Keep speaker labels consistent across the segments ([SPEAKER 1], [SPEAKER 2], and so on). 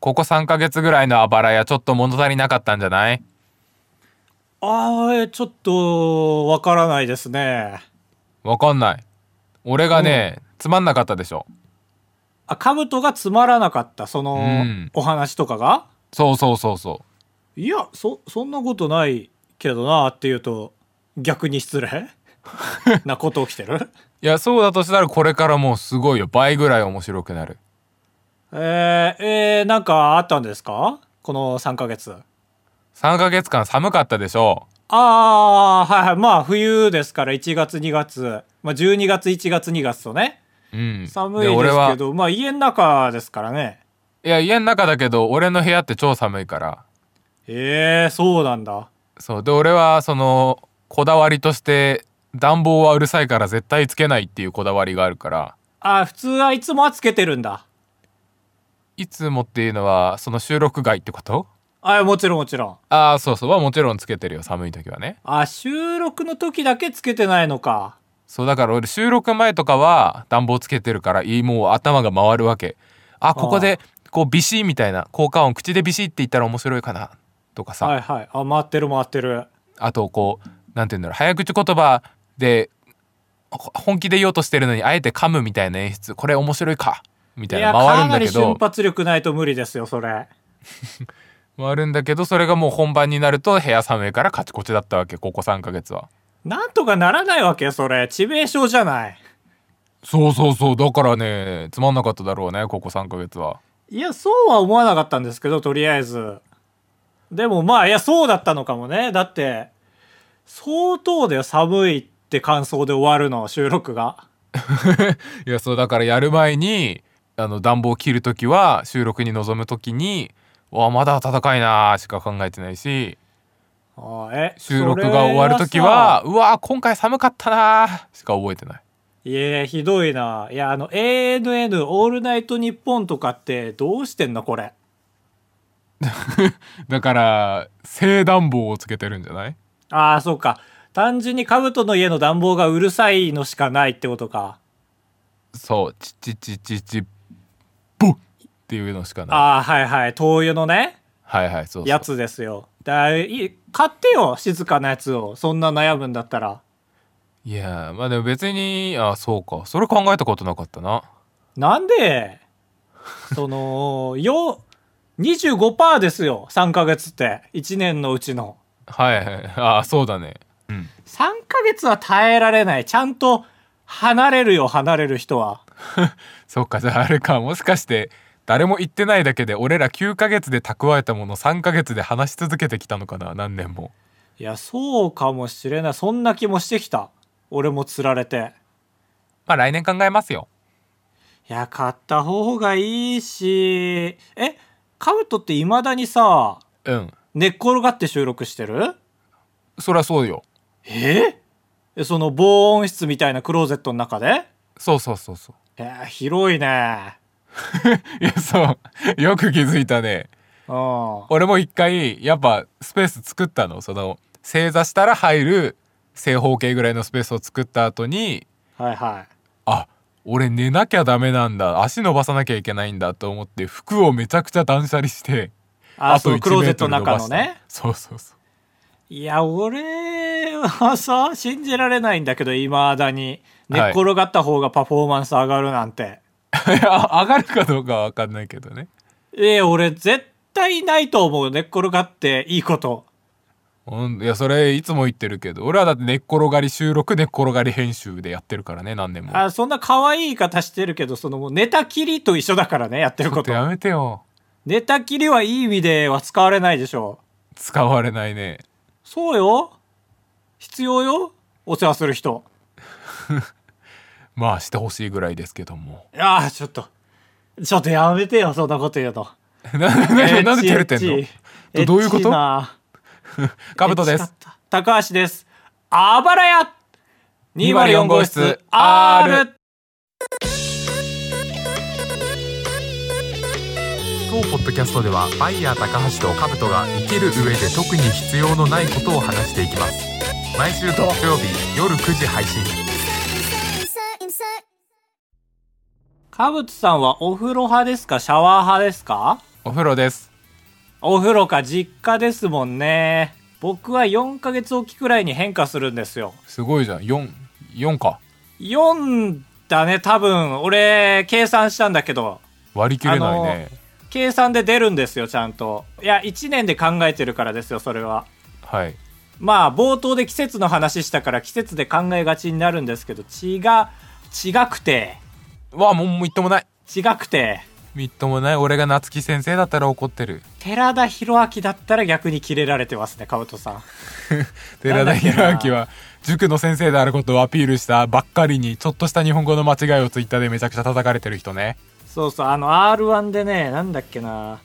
[SPEAKER 1] ここ3ヶ月ぐらいのあばらやちょっと物足りなかったんじゃない
[SPEAKER 2] ああ、えちょっと、わからないですね。
[SPEAKER 1] わかんない。俺がね、つまんなかったでしょ。
[SPEAKER 2] あ、カブトがつまらなかった、その、
[SPEAKER 1] うん
[SPEAKER 2] お話とかが
[SPEAKER 1] そうそうそうそ
[SPEAKER 2] いや、そ、そんなことないけどなっていうと、逆に失 礼なこと起きてる
[SPEAKER 1] う。いや、そうだとしたらこれからもうすごいよ。倍ぐらい面白くなる。
[SPEAKER 2] えー、えー、なんかあったんですかこの3ヶ月。
[SPEAKER 1] 3ヶ月間寒かったでしょ
[SPEAKER 2] ああー、はいはい。まあ、冬ですから、1月、2月。まあ、12月、1月、2月とね。
[SPEAKER 1] う。うん。
[SPEAKER 2] 寒いで
[SPEAKER 1] 俺
[SPEAKER 2] す
[SPEAKER 1] は
[SPEAKER 2] けど、まあ、家の中ですからね。
[SPEAKER 1] いや、家の中だけど、俺の部屋って超寒いから。
[SPEAKER 2] ええー、そうなんだ。
[SPEAKER 1] そう。で、俺は、その、こだわりとして、暖房はうるさいから絶対つけないっていうこだわりがあるから、
[SPEAKER 2] あー普通はいつもはつけてるんだ。
[SPEAKER 1] いつもっていうのは、その収録外ってこと
[SPEAKER 2] あーもちろんもちろん。
[SPEAKER 1] ああ、そうそう。はもちろんつけてるよ。寒い時はね。
[SPEAKER 2] あー収録の時だけつけてないのか。
[SPEAKER 1] そう、だから俺収録前とかは暖房つけてるから、いい、もう頭が回るわけ。あ、ここで、こう、ビシーみたいな、効果音、口でビシーって言ったら面白いかな、とかさ。
[SPEAKER 2] はいはい。あ、回ってる回ってる。
[SPEAKER 1] あとこうなんて言うんだろう早口言葉でほ本気で言おうとしてるのにあえて噛むみたいな演出これ面白いかみ
[SPEAKER 2] い
[SPEAKER 1] たい
[SPEAKER 2] や、
[SPEAKER 1] な回る
[SPEAKER 2] か
[SPEAKER 1] ん
[SPEAKER 2] な
[SPEAKER 1] だ
[SPEAKER 2] り
[SPEAKER 1] けど
[SPEAKER 2] 瞬発力ないと無理ですよ、それ。
[SPEAKER 1] 回るんだけどそれがもう本番になると部屋寒いからカチコチだったわけここ3ヶ月は
[SPEAKER 2] なんとかならないわけそれ。致命傷じゃない。
[SPEAKER 1] そうそうそうだからねつまんなかっただろうねここ3ヶ月はい
[SPEAKER 2] や、そうは思わなかったんですけど、とりあえず。でもまあ、いや、そうだったのかもね。だって、相当だよ、寒いって感想で終わるの、収録が。
[SPEAKER 1] いやそうだからやる前にあの暖房切る時は収録に臨む時に「わあまだ暖かいな」しか考えてないし
[SPEAKER 2] ああえ
[SPEAKER 1] 収録が終わる時は「
[SPEAKER 2] それさ
[SPEAKER 1] うわー今回寒かったな」しか覚えてない。
[SPEAKER 2] いや、ひどいな。いや、あの、ANN、オールナイトニッポンとかって、どうしてんの、これ。
[SPEAKER 1] だから静暖房をつけてるんじゃない
[SPEAKER 2] ああ、そうか。単純にカブトの家の暖房がうるさいのしかないってことか。
[SPEAKER 1] そうチチチチチボッっていうのしかない
[SPEAKER 2] ああ、はいはい。灯油のね。
[SPEAKER 1] はいはいそうそう
[SPEAKER 2] やつですよ。だいい買ってよ、静かなやつを。そんな悩むんだったら。
[SPEAKER 1] いやーまあでも別にあそうかそれ考えたことなかったな
[SPEAKER 2] なん で、その、よ、25%ですよ、3ヶ月って。1年のうちの。
[SPEAKER 1] はいはいあそうだねうん
[SPEAKER 2] 3ヶ月は耐えられない。ちゃんと離れるよ、離れる人は。
[SPEAKER 1] そっかじゃああれかもしかして誰も言ってないだけで俺ら9ヶ月で蓄えたもの3ヶ月で話し続けてきたのかな何年も
[SPEAKER 2] いや、そうかもしれない。そんな気もしてきた。俺も釣られて。
[SPEAKER 1] まあ来年考えますよ
[SPEAKER 2] いや、買った方がいいし、え、カブトって未だにさ、
[SPEAKER 1] うん
[SPEAKER 2] 寝っ転がって収録してる
[SPEAKER 1] そりゃそうよ
[SPEAKER 2] ええその防音室みたいなクローゼットの中で
[SPEAKER 1] そうそうそうそう
[SPEAKER 2] えー広いね
[SPEAKER 1] いやそう よく気づいたね
[SPEAKER 2] うんは
[SPEAKER 1] 俺も一回やっぱスペース作ったのその正座したら入る正方形ぐらいのスペースを作った後に
[SPEAKER 2] いは
[SPEAKER 1] あ俺寝なきゃダメなんだ足伸ばさなきゃいけないんだと思って服をめちゃくちゃ断捨離して
[SPEAKER 2] いあそう
[SPEAKER 1] 1
[SPEAKER 2] クローゼット
[SPEAKER 1] メ
[SPEAKER 2] の
[SPEAKER 1] ール伸ば
[SPEAKER 2] 中の
[SPEAKER 1] した
[SPEAKER 2] ね
[SPEAKER 1] そうそうそう
[SPEAKER 2] いや俺はさ信じられないんだけどいまだに
[SPEAKER 1] はい
[SPEAKER 2] 寝っ転がった方がパフォーマンス上がるなんて、
[SPEAKER 1] いや上がるかどうかは分かんないけどね
[SPEAKER 2] えー俺絶対ないと思う寝っ転がっていいこと
[SPEAKER 1] ほんいやそれいつも言ってるけど俺はだって寝っ転がり収録寝っ転がり編集でやってるからね何年も
[SPEAKER 2] あそんな可愛い言い方してるけどそのもう寝たきりと一緒だからねやってる
[SPEAKER 1] ちょ
[SPEAKER 2] こ
[SPEAKER 1] っと
[SPEAKER 2] と
[SPEAKER 1] やめてよ
[SPEAKER 2] 寝たきりはいい意味では使われないでしょ
[SPEAKER 1] 使われないね
[SPEAKER 2] そうよ。必要よ。お世話する人。
[SPEAKER 1] まあしてほしいぐらいですけども
[SPEAKER 2] いやあ、ちょっと。ちょっとやめてよ、そんなこと言うの。
[SPEAKER 1] な ななんで照れてんの
[SPEAKER 2] エッチエッチ
[SPEAKER 1] どどういうこと
[SPEAKER 2] エッチな
[SPEAKER 1] カブトで
[SPEAKER 2] エッ
[SPEAKER 1] す
[SPEAKER 2] チかった高橋です。あばらや
[SPEAKER 1] 204
[SPEAKER 2] 204
[SPEAKER 1] 号
[SPEAKER 2] 号
[SPEAKER 1] 室
[SPEAKER 2] 室
[SPEAKER 1] R
[SPEAKER 2] R!
[SPEAKER 1] 当ポッドキャストではバイヤー高橋とカブトが生きる上で特に必要のないことを話していきます毎週土曜日夜9時配信
[SPEAKER 3] inside, inside.
[SPEAKER 2] かぶつさんはお風呂派ですかシャワー派ですか
[SPEAKER 1] お風呂です
[SPEAKER 2] お風呂か実家ですもんね僕は4ヶ月おきくらいに変化するんですよ
[SPEAKER 1] すごいじゃん44か
[SPEAKER 2] 4だね多分俺計算したんだけど
[SPEAKER 1] 割り切れないね、
[SPEAKER 2] 計算で出るんですよちゃんといや1年で考えてるからですよそれは
[SPEAKER 1] はい
[SPEAKER 2] まあ冒頭で季節の話したから季節で考えがちになるんですけど違が違くて
[SPEAKER 1] わあもうみっともない
[SPEAKER 2] 違くて
[SPEAKER 1] みっともない俺が夏木先生だったら怒ってる
[SPEAKER 2] 寺田博明だったら逆にキレられてますねカブトさん
[SPEAKER 1] 寺田博明は塾の先生であることをアピールしたばっかりにちょっとした日本語の間違いをツイッターでめちゃくちゃ叩かれてる人ね
[SPEAKER 2] そうそうあの r 1でねなんだっけな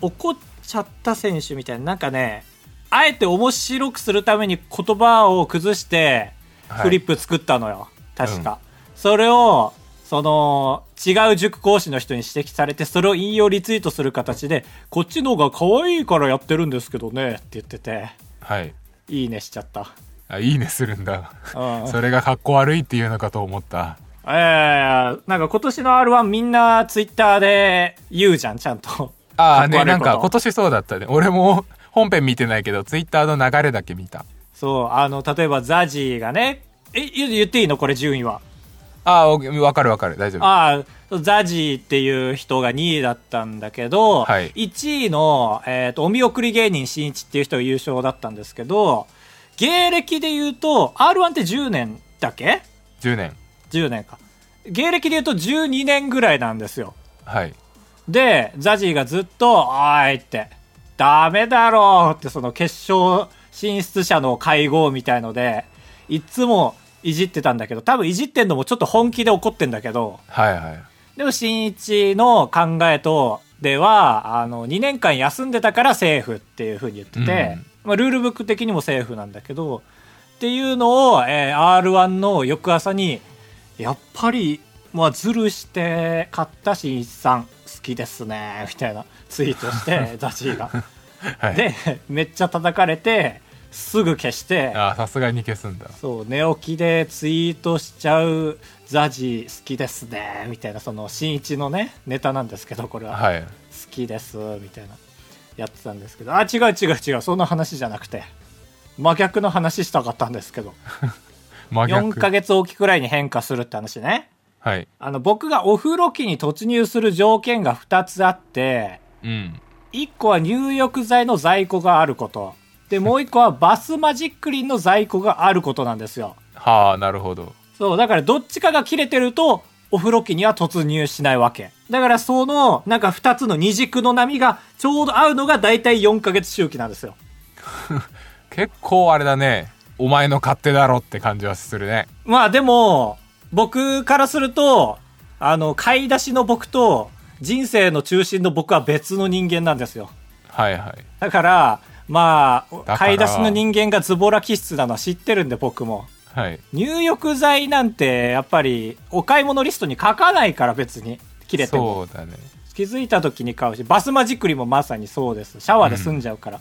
[SPEAKER 2] 怒っちゃった選手みたいななんかねあえて面白くするために言葉を崩して
[SPEAKER 1] はい
[SPEAKER 2] フリップ作ったのよ、確か、それをその違う塾講師の人に指摘されてそれを引用リツイートする形でこっちの方が可愛いからやってるんですけどねって言ってて
[SPEAKER 1] はい
[SPEAKER 2] いいねしちゃった、
[SPEAKER 1] あいいねするんだ
[SPEAKER 2] う ん、
[SPEAKER 1] それがかっこ悪いっていうのかと思った
[SPEAKER 2] ええなんか今年の R1 みんなツイッターで言うじゃん、ちゃんと。
[SPEAKER 1] あ
[SPEAKER 2] か
[SPEAKER 1] あ
[SPEAKER 2] っこ悪い
[SPEAKER 1] ねなんか
[SPEAKER 2] こと
[SPEAKER 1] 今年そうだったね俺も本編見てないけどツイッターの流れだけ見た
[SPEAKER 2] そう、あの、例えばザジーがね、え、言言っていいのこれ順位は。
[SPEAKER 1] ああおわかるわかる大丈夫
[SPEAKER 2] ああ、ザジーっていう人が2位だったんだけど、
[SPEAKER 1] はい
[SPEAKER 2] 1位の、えっ、と、お見送り芸人しんいちっていう人が優勝だったんですけど、芸歴で言うと、R1 って10年だっけ
[SPEAKER 1] 10年
[SPEAKER 2] ?10 年か。芸歴で言うと12年ぐらいなんですよ。
[SPEAKER 1] はい
[SPEAKER 2] で、ザジーがずっと、おーいって、ダメだろうって、その決勝進出者の会合みたいので、いつもいじってたんだけど、多分いじってんのもちょっと本気で怒ってんだけど、
[SPEAKER 1] はいはい
[SPEAKER 2] でも、新一の考えと、では、あの、2年間休んでたからセーフっていう風に言ってて、まあ、ルールブック的にもセーフなんだけど、っていうのを、えー R1 の翌朝に、やっぱり、まあ、ズルして買った新一さん、好きですね、みたいなツイートして、ザジーが。
[SPEAKER 1] はい
[SPEAKER 2] で、めっちゃ叩かれて、すぐ消して、
[SPEAKER 1] ああさすがに消すんだ
[SPEAKER 2] そう寝起きでツイートしちゃうザジ好きですねみたいなその新一のねネタなんですけどこれは、
[SPEAKER 1] はい
[SPEAKER 2] 好きですみたいなやってたんですけどあ違う違う違うそんな話じゃなくて真逆の話したかったんですけど
[SPEAKER 1] 真逆
[SPEAKER 2] 4ヶ月おきくらいに変化するって話ね
[SPEAKER 1] はい
[SPEAKER 2] あの僕がお風呂期に突入する条件が2つあって
[SPEAKER 1] うん
[SPEAKER 2] 1個は入浴剤の在庫があることでもう1個はバスマジックリンの在庫があることなんですよ
[SPEAKER 1] はあなるほど
[SPEAKER 2] そう、だからどっちかが切れてると、お風呂機には突入しないわけ。だからその、なんか二つの二軸の波がちょうど合うのが大体4ヶ月周期なんですよ。
[SPEAKER 1] 結構あれだねお前の勝手だろって感じはするね
[SPEAKER 2] まあでも、僕からすると、あの、買い出しの僕と、人生の中心の僕は別の人間なんですよ。
[SPEAKER 1] はいはい
[SPEAKER 2] だから、ま
[SPEAKER 1] から
[SPEAKER 2] あ、買い出しの人間がズボラ気質なのは知ってるんで僕も。
[SPEAKER 1] はい
[SPEAKER 2] 入浴剤なんて、やっぱり、お買い物リストに書かないから別に、切れても。
[SPEAKER 1] そうだね
[SPEAKER 2] 気づいた時に買うしバスマジックリもまさにそうですシャワーで済んじゃうから、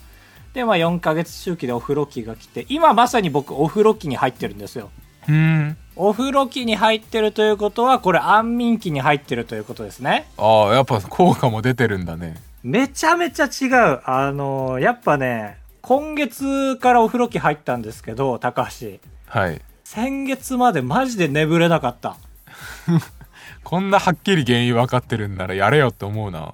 [SPEAKER 2] でまあ4ヶ月周期でお風呂期が来て今まさに僕お風呂期に入ってるんですよ
[SPEAKER 1] うん
[SPEAKER 2] お風呂期に入ってるということはこれ安眠期に入ってるということですね
[SPEAKER 1] ああやっぱ効果も出てるんだね
[SPEAKER 2] めちゃめちゃ違うあのーやっぱね今月からお風呂期入ったんですけど高橋
[SPEAKER 1] はい
[SPEAKER 2] 先月までマジで眠れなかった
[SPEAKER 1] こんなはっきり原因分かってるんならやれよって思うな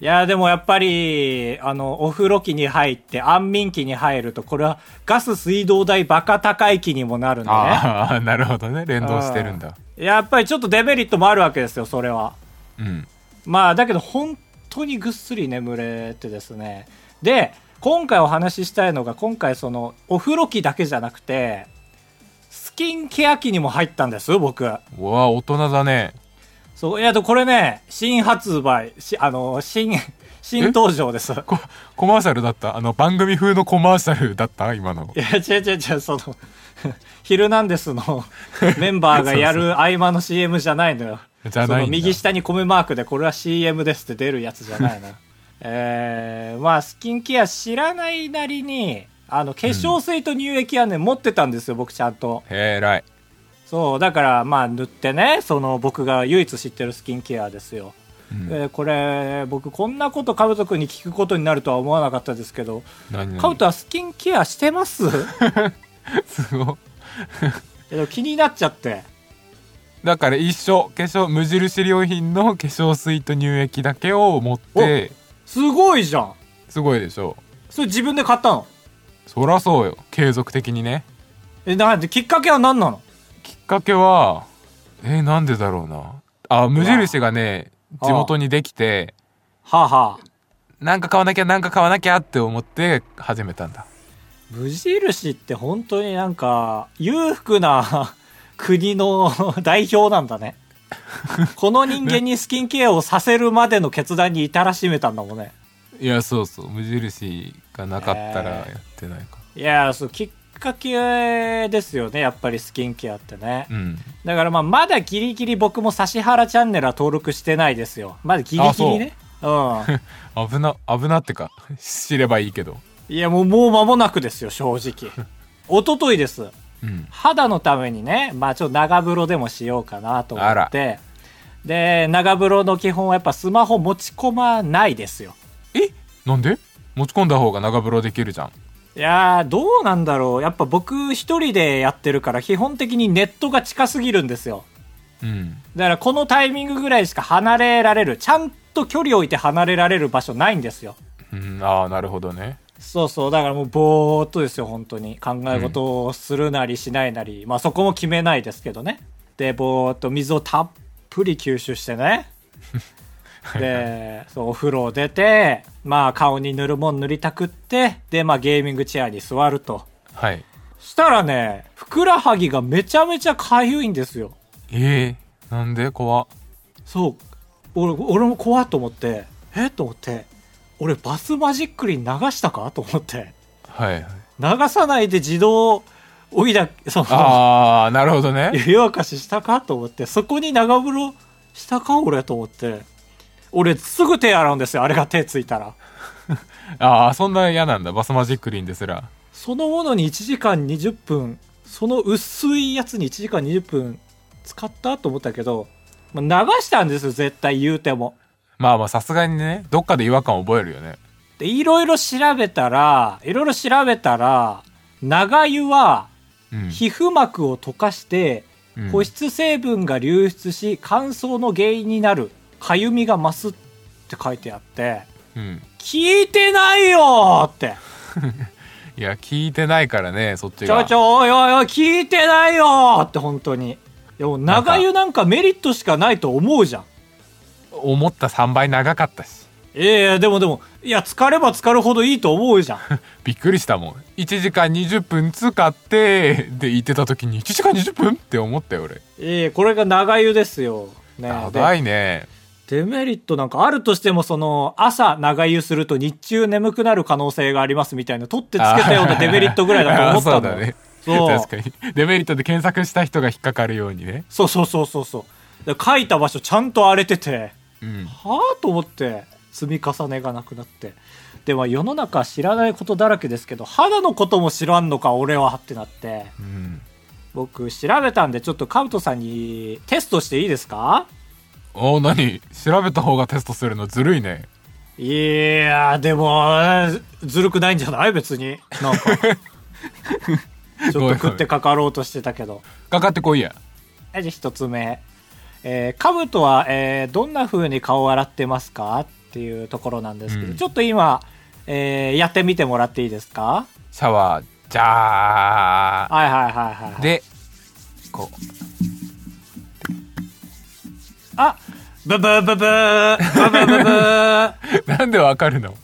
[SPEAKER 1] い
[SPEAKER 2] や、でもやっぱり、あの、お風呂期に入って、安眠期に入ると、これはガス水道代バカ高い期にもなるんでね。
[SPEAKER 1] ああなるほどね連動してるんだ
[SPEAKER 2] やっぱりちょっとデメリットもあるわけですよ、それは。
[SPEAKER 1] うん
[SPEAKER 2] まあ、だけど本当にぐっすり眠れてですね。で、今回お話ししたいのが、今回その、お風呂期だけじゃなくて、スキンケア期にも入ったんです、僕。
[SPEAKER 1] うわ大人だね
[SPEAKER 2] そう、いや、でこれね、新発売、し、あの、新、新登場です。
[SPEAKER 1] こコマーシャルだったあの番組風のコマーシャルだった今の
[SPEAKER 2] いや、違う違う違う、その、 ヒルナンデ スのメンバーがやる合間の CM じゃないのよ。
[SPEAKER 1] じゃないんだ
[SPEAKER 2] その右下に米マークで、これは CM ですって出るやつじゃない のよ。えー、まあ、スキンケア知らないなりに、あの、化粧水と乳液はね、持ってたんですよ、僕ちゃんと。
[SPEAKER 1] へえらい
[SPEAKER 2] そう、だから、まあ、塗ってね、その、僕が唯一知ってるスキンケアですよ。
[SPEAKER 1] うん
[SPEAKER 2] えーこれ僕こんなことカブト君に聞くことになるとは思わなかったですけど
[SPEAKER 1] 何
[SPEAKER 2] カブトはスキンケアしてますい
[SPEAKER 1] すごい
[SPEAKER 2] やでも気になっちゃって
[SPEAKER 1] だから一緒化粧無印良品の化粧水と乳液だけを持って
[SPEAKER 2] すごいじゃん
[SPEAKER 1] すごいでしょ
[SPEAKER 2] それ自分で買ったの
[SPEAKER 1] そらそうよ継続的にね
[SPEAKER 2] えなんできっかけは何なの
[SPEAKER 1] きっかけはえーなんでだろうなあ無印がね
[SPEAKER 2] ああ
[SPEAKER 1] 地元にできて
[SPEAKER 2] はあ、はあ、
[SPEAKER 1] なんか買わなきゃなんか買わなきゃって思って始めたんだ
[SPEAKER 2] 無印って本当になんか裕福な 国の 代表なんだねこの人間にスキンケアをさせるまでの決断に至らしめたんだもんね
[SPEAKER 1] いやそうそう無印がなかったらや
[SPEAKER 2] えー
[SPEAKER 1] ってないか、
[SPEAKER 2] いやーそうきっかけですよねやっぱりスキンケアってね、
[SPEAKER 1] うん
[SPEAKER 2] だからまあまだギリギリ僕も指原チャンネルは登録してないですよまだギリギリねうん
[SPEAKER 1] 危な危なってか知ればいいけど
[SPEAKER 2] いやもうもう間もなくですよ正直一昨日です
[SPEAKER 1] うん
[SPEAKER 2] 肌のためにね、まあちょっと長風呂でもしようかなと思って、で、長風呂の基本はやっぱスマホ持ち込まないですよ。
[SPEAKER 1] えなんで持ち込んだ方が長風呂できるじゃん
[SPEAKER 2] いやー、どうなんだろう。やっぱ僕一人でやってるから基本的にネットが近すぎるんですよ。
[SPEAKER 1] うん
[SPEAKER 2] だからこのタイミングぐらいしか離れられる、ちゃんと距離を置いて離れられる場所ないんですよ。
[SPEAKER 1] うん、ああなるほどね
[SPEAKER 2] そうそう、だからもうぼーっとですよ、本当に。考え事をするなりしないなり、まあそこも決めないですけどね。で、ぼーっと水をたっぷり吸収してね。で、そう、お風呂を出て、まあ顔に塗るもん塗りたくって、で、まあゲーミングチェアに座ると。
[SPEAKER 1] はい
[SPEAKER 2] したらね、ふくらはぎがめちゃめちゃかゆいんですよ。
[SPEAKER 1] えー、なんで怖っ
[SPEAKER 2] そう。俺、俺も怖っと思って、えっと思って、俺バスマジックリン流したかと思って。
[SPEAKER 1] はいはい
[SPEAKER 2] 流さないで自動おいだその
[SPEAKER 1] ああなるほどね
[SPEAKER 2] 湯沸かししたかと思ってそこに長風呂したか俺と思って俺すぐ手洗うんですよあれが手ついたら
[SPEAKER 1] ああそんな嫌なんだバスマジックリンですら
[SPEAKER 2] そのものに1時間20分その薄いやつに1時間20分使ったと思ったけど、まあ、流したんですよ絶対言うても
[SPEAKER 1] まあまあさすがにねどっかで違和感覚えるよね
[SPEAKER 2] でいろいろ調べたらいろいろ調べたら長湯は
[SPEAKER 1] うん
[SPEAKER 2] 皮膚膜を溶かして、
[SPEAKER 1] うん
[SPEAKER 2] 保湿成分が流出し乾燥の原因になるかゆみが増すって書いてあって
[SPEAKER 1] うん
[SPEAKER 2] 聞いてないよーって
[SPEAKER 1] いや聞いてないからねそっち
[SPEAKER 2] ちょ
[SPEAKER 1] が
[SPEAKER 2] ちょおいおいおい聞いてないよーって本当にいやもう長湯なんかメリットしかないと思うじゃん
[SPEAKER 1] 思った3倍長かったし
[SPEAKER 2] いやいやでもでもいや疲れば疲るほどいいと思う じゃん
[SPEAKER 1] びっくりしたもん1時間20分使ってで言ってた時に1時間20分って思ったよ俺
[SPEAKER 2] ええこれが長湯ですよね
[SPEAKER 1] 長いね
[SPEAKER 2] デメリットなんかあるとしても、その、朝長湯すると日中眠くなる可能性がありますみたいな、取ってつけたようなデメリットぐらいだと思 った
[SPEAKER 1] あ
[SPEAKER 2] んだ
[SPEAKER 1] そうだね
[SPEAKER 2] そう
[SPEAKER 1] 確かにデメリットで検索した人が引っかかるようにね
[SPEAKER 2] そうそうそうそうそう。で書いた場所ちゃんと荒れてて、
[SPEAKER 1] うん
[SPEAKER 2] はぁと思って、積み重ねがなくなって。で、まあ世の中知らないことだらけですけど、肌のことも知らんのか、俺はってなって。
[SPEAKER 1] うん
[SPEAKER 2] 僕、調べたんで、ちょっとカウトさんにテストしていいですか
[SPEAKER 1] お何調べた方がテストするのずるいね
[SPEAKER 2] いやー、でも、ずるくないんじゃない別に。なんか。ちょっと食ってかかろうとしてたけど。
[SPEAKER 1] かかってこいや
[SPEAKER 2] はいじゃあ一つ目。えー、カブトは、えーどんな風に顔を洗ってますかっていうところなんですけど、
[SPEAKER 1] うん
[SPEAKER 2] ちょっと今、えーやってみてもらっていいですか
[SPEAKER 1] シャワーじゃ
[SPEAKER 2] はいはいはいはい。
[SPEAKER 1] ー、でこ
[SPEAKER 2] あブブブブーブブブブ ー
[SPEAKER 1] う なんでわかるの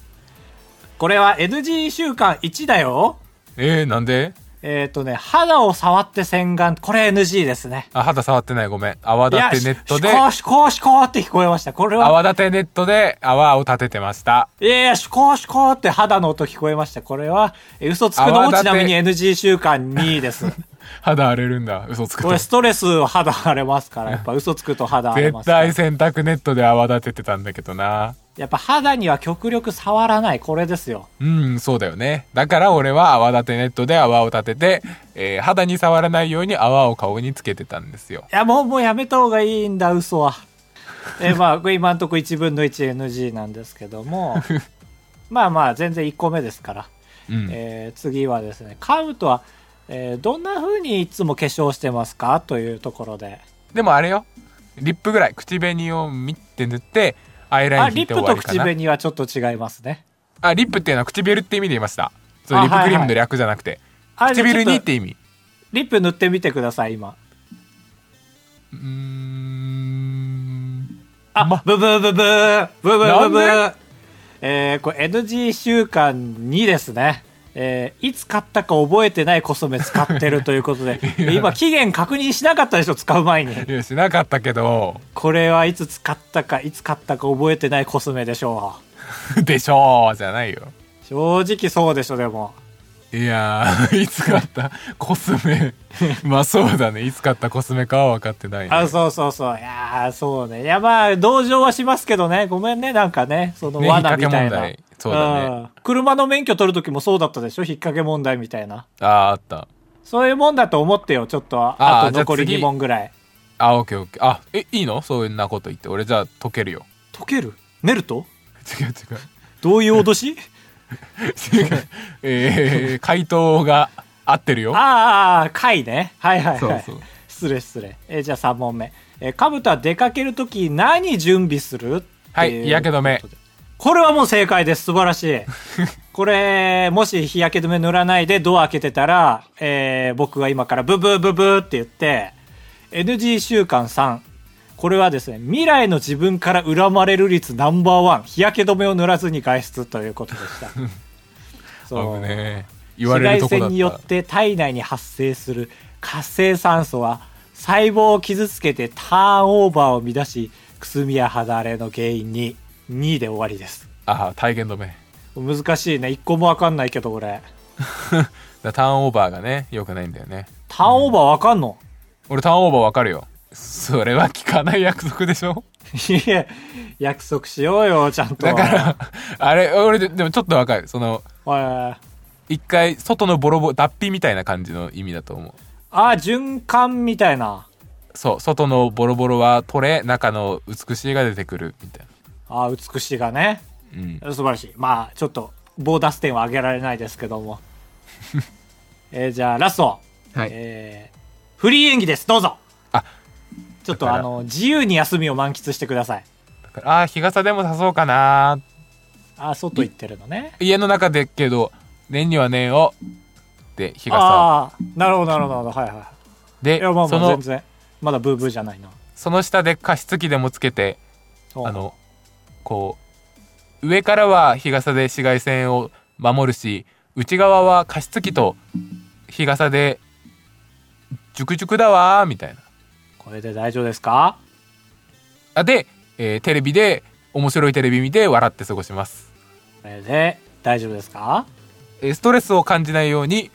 [SPEAKER 2] これは NG 週間1だよ。
[SPEAKER 1] えー、なんで
[SPEAKER 2] えっ、とね、肌を触って洗顔、これ NG ですね。
[SPEAKER 1] あ肌触ってないごめん泡立てネットで
[SPEAKER 2] いやし思考、思考、思考って聞こえました。これは、
[SPEAKER 1] 泡立てネットで泡を立ててました
[SPEAKER 2] いやいや、思考、思考って肌の音聞こえました。これは、え嘘つくの
[SPEAKER 1] 泡
[SPEAKER 2] も
[SPEAKER 1] 立て
[SPEAKER 2] ちなみに NG 週間2です。
[SPEAKER 1] 肌荒れるんだ嘘つく
[SPEAKER 2] ことれストレスを肌荒れますから、やっぱ嘘つくと肌荒れま
[SPEAKER 1] 絶
[SPEAKER 2] すから。
[SPEAKER 1] 対洗濯ネットで泡立ててたんだけどな
[SPEAKER 2] やっぱ肌には極力触らない、これですよ。
[SPEAKER 1] うんそうだよねだから俺は泡立てネットで泡を立てて、えー肌に触らないように泡を顔につけてたんですよ
[SPEAKER 2] いや、もう、もうやめた方がいいんだ、嘘は。えまあこれ今んとこ1分の 1NG なんですけども まあまあ全然1個目ですから、
[SPEAKER 1] うん
[SPEAKER 2] えー次はですねカウトは、えーどんな風にいつも化粧してますかというところで
[SPEAKER 1] でもあれよリップぐらい口紅を見て塗ってアイライ
[SPEAKER 2] あ
[SPEAKER 1] ン引
[SPEAKER 2] リ
[SPEAKER 1] い
[SPEAKER 2] ッ
[SPEAKER 1] て終
[SPEAKER 2] プ
[SPEAKER 1] わ
[SPEAKER 2] と
[SPEAKER 1] りか
[SPEAKER 2] 口
[SPEAKER 1] な
[SPEAKER 2] 紅はちょっと違いますね
[SPEAKER 1] あリップっていうのは唇って意味で言いましたそれ
[SPEAKER 2] あ
[SPEAKER 1] リップクリーム
[SPEAKER 2] はいは
[SPEAKER 1] の
[SPEAKER 2] い
[SPEAKER 1] 略じゃなくて、
[SPEAKER 2] あじゃあ
[SPEAKER 1] 唇
[SPEAKER 2] ちょ
[SPEAKER 1] に
[SPEAKER 2] っ
[SPEAKER 1] っ
[SPEAKER 2] と
[SPEAKER 1] て意味
[SPEAKER 2] リップ塗ってみてください今
[SPEAKER 1] うーん
[SPEAKER 2] あ、ブブブブーブブブブ
[SPEAKER 1] な
[SPEAKER 2] ーえー、これ NG 週間2ですね。えー、いつ買ったか覚えてないコスメ使ってるというこ とで、今期限確認しなかったでしょ、使う前に。
[SPEAKER 1] いやしなかったけど
[SPEAKER 2] これはいつ使ったか、いつ買ったか覚えてないコスメでしょ
[SPEAKER 1] でしょうじゃないよ
[SPEAKER 2] う。正直そうでしょ、でも。
[SPEAKER 1] いやー いつ買ったコスメ まあそうだねいつ買ったコスメかは分かってない、ね、
[SPEAKER 2] あ、そうそうそう。いやーそうね。いや、まあ、同情はしますけどね。ごめんね、なんかね。その
[SPEAKER 1] ね
[SPEAKER 2] 罠みたいな。
[SPEAKER 1] 引っ掛け問題そうだね
[SPEAKER 2] ん車の免許取るときもそうだったでしょ引っ掛け問題みたいな。
[SPEAKER 1] あーあった
[SPEAKER 2] そういうもんだと思ってよ、ちょっと。
[SPEAKER 1] あ
[SPEAKER 2] あ
[SPEAKER 1] ー
[SPEAKER 2] と残り
[SPEAKER 1] じゃあ次
[SPEAKER 2] 2問ぐらい。
[SPEAKER 1] あオッケーオッケーあえいいのそんなこと言って俺じゃあ解けるよ
[SPEAKER 2] 溶けるメルト
[SPEAKER 1] 違う違う
[SPEAKER 2] どういう脅し
[SPEAKER 1] 違うえー、回答が合ってるよ
[SPEAKER 2] ああ、貝ね。はいはいはい。
[SPEAKER 1] そうそう
[SPEAKER 2] 失礼失礼。えーじゃあ3問目。えー、かぶた出かけるとき何準備する
[SPEAKER 1] はい
[SPEAKER 2] ってう
[SPEAKER 1] 日焼け止め
[SPEAKER 2] これはもう正解です。素晴ら しい。これ、もし日焼け止め塗らないでドア開けてたら、えー僕が今からブブーブブーって言って、NG 週間3。これはですね、未来の自分から恨まれる率ナンバーワン。日焼け止めを塗らずに外出ということで した。
[SPEAKER 1] 危ねえ言われるとこ
[SPEAKER 2] 紫外
[SPEAKER 1] だ
[SPEAKER 2] 線によ
[SPEAKER 1] っ
[SPEAKER 2] っ、て体内に発生する活性酸素は細胞を傷つけてターンオーバーを乱しくすみや肌荒れの原因に2位で終わりです
[SPEAKER 1] たああ体験止め
[SPEAKER 2] 難しいね一個も分かんないけど俺
[SPEAKER 1] だターンオーバーがね良くないんだよね
[SPEAKER 2] ターンオーバー分かんの、
[SPEAKER 1] 俺ターンオーバーわかるよそれは聞かない約束でしょ
[SPEAKER 2] いや約束しようよちゃんと
[SPEAKER 1] だ からあれ俺ででもちょっとわかるその
[SPEAKER 2] おいおい
[SPEAKER 1] 一回外のボロボロ脱皮みたいな感じの意味だと思う
[SPEAKER 2] あ循環みたいな
[SPEAKER 1] そう外のボロボロは取れ中の美しいが出てくるみたい
[SPEAKER 2] あ美しいがね
[SPEAKER 1] なうん
[SPEAKER 2] 素晴らしいまあちょっとボーダス点は上げられないですけ どもえーじゃあラスト
[SPEAKER 1] は
[SPEAKER 2] えーフリー演技ですどうぞ
[SPEAKER 1] あ
[SPEAKER 2] ちょっ
[SPEAKER 1] だ
[SPEAKER 2] と
[SPEAKER 1] から
[SPEAKER 2] あの自由に休みを満喫してください
[SPEAKER 1] あー日傘でもさそうかな
[SPEAKER 2] あ外行ってるのね
[SPEAKER 1] 家の中でけど念には念をで日傘を
[SPEAKER 2] ああーなるほどなるほどなるほどはいは
[SPEAKER 1] で
[SPEAKER 2] いいやまあ
[SPEAKER 1] そ
[SPEAKER 2] まあ全
[SPEAKER 1] の
[SPEAKER 2] 然まだブーブーじゃないな
[SPEAKER 1] その下で加湿器でもつけて
[SPEAKER 2] お
[SPEAKER 1] あのこう上からは日傘で紫外線を守るし内側は加湿器と日傘で熟熟だわーみたいな
[SPEAKER 2] これで大丈夫ですか
[SPEAKER 1] あで、えーテレビで面白いテレビ見て笑って過ごします、
[SPEAKER 2] これで大丈夫ですか
[SPEAKER 1] えーストレスを感じないように、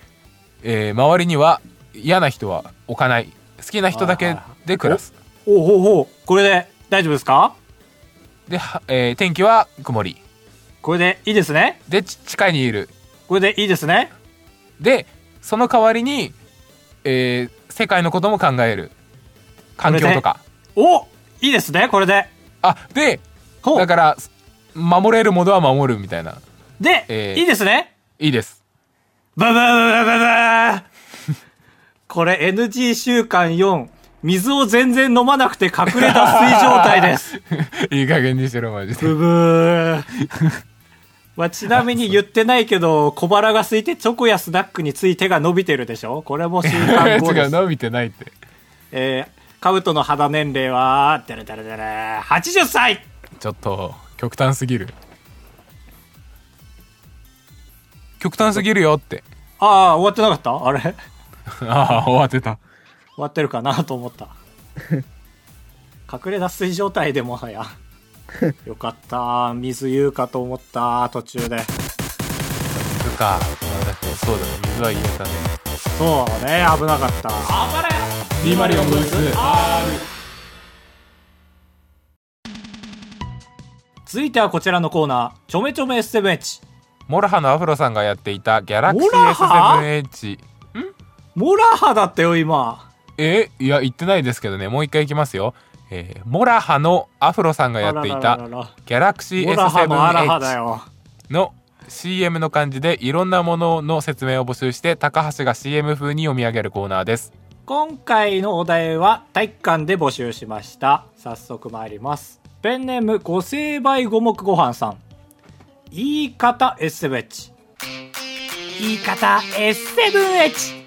[SPEAKER 1] えー周りには嫌な人は置かない好きな人だけで暮らす
[SPEAKER 2] おおおおこれで大丈夫ですか
[SPEAKER 1] で、はえー天気は曇り
[SPEAKER 2] これでいいですね
[SPEAKER 1] でち地下にいる
[SPEAKER 2] これでいいですね
[SPEAKER 1] でその代わりに、えー世界のことも考える環境とか、
[SPEAKER 2] おいいですねこれで
[SPEAKER 1] あで
[SPEAKER 2] ほう
[SPEAKER 1] だから守れるものは守るみたいな
[SPEAKER 2] で、
[SPEAKER 1] えー
[SPEAKER 2] いいですね
[SPEAKER 1] いいです
[SPEAKER 2] ババババババー これ NG 週間4。水を全然飲まなくて隠れ脱水状 態です。
[SPEAKER 1] いい加減にしろマジで
[SPEAKER 2] ブブー。まあ、ちなみに言ってないけど、小腹が空いてチョコやスナックについ手が伸びてるでしょこれも週間5 で
[SPEAKER 1] 違う
[SPEAKER 2] す。
[SPEAKER 1] 伸びてないって
[SPEAKER 2] えー、カブトの肌年齢は、てれてれてれ、80歳
[SPEAKER 1] ちょっと極端すぎる極端すぎるよって
[SPEAKER 2] ああ、終わってなかったあれ終
[SPEAKER 1] ああ終わってた
[SPEAKER 2] わってるかなと思った。隠れ脱水状態でもはや。よかった。水言うかと思った、途中で。
[SPEAKER 1] そっかそうだね水は言えたね
[SPEAKER 2] そうね、危なかった。
[SPEAKER 1] リマリオンドイツ
[SPEAKER 2] 続いてはこちらのコーナー、ちょめちょめ S7H。
[SPEAKER 1] モラハのアフロさんがやっていたギャラクシ
[SPEAKER 2] モラハ
[SPEAKER 1] ー S7H
[SPEAKER 2] モラハだったよ、今。
[SPEAKER 1] えいや言ってないですけどねもう一回いきますよ、ええーモラハのアフロさんがやってい
[SPEAKER 2] あららら
[SPEAKER 1] た
[SPEAKER 2] らら
[SPEAKER 1] ギャラクシ
[SPEAKER 2] モ
[SPEAKER 1] ー
[SPEAKER 2] ラハのアラハだ
[SPEAKER 1] S7H
[SPEAKER 2] よ。
[SPEAKER 1] の CM の漢字でいろんなものの説明を募集して高橋が CM 風に読み上げるコーナーです
[SPEAKER 2] 今回のお題は体育館で募集しました早速参りますペンネーム五成倍五目ご飯さん言い方 S7H 言い方 S7H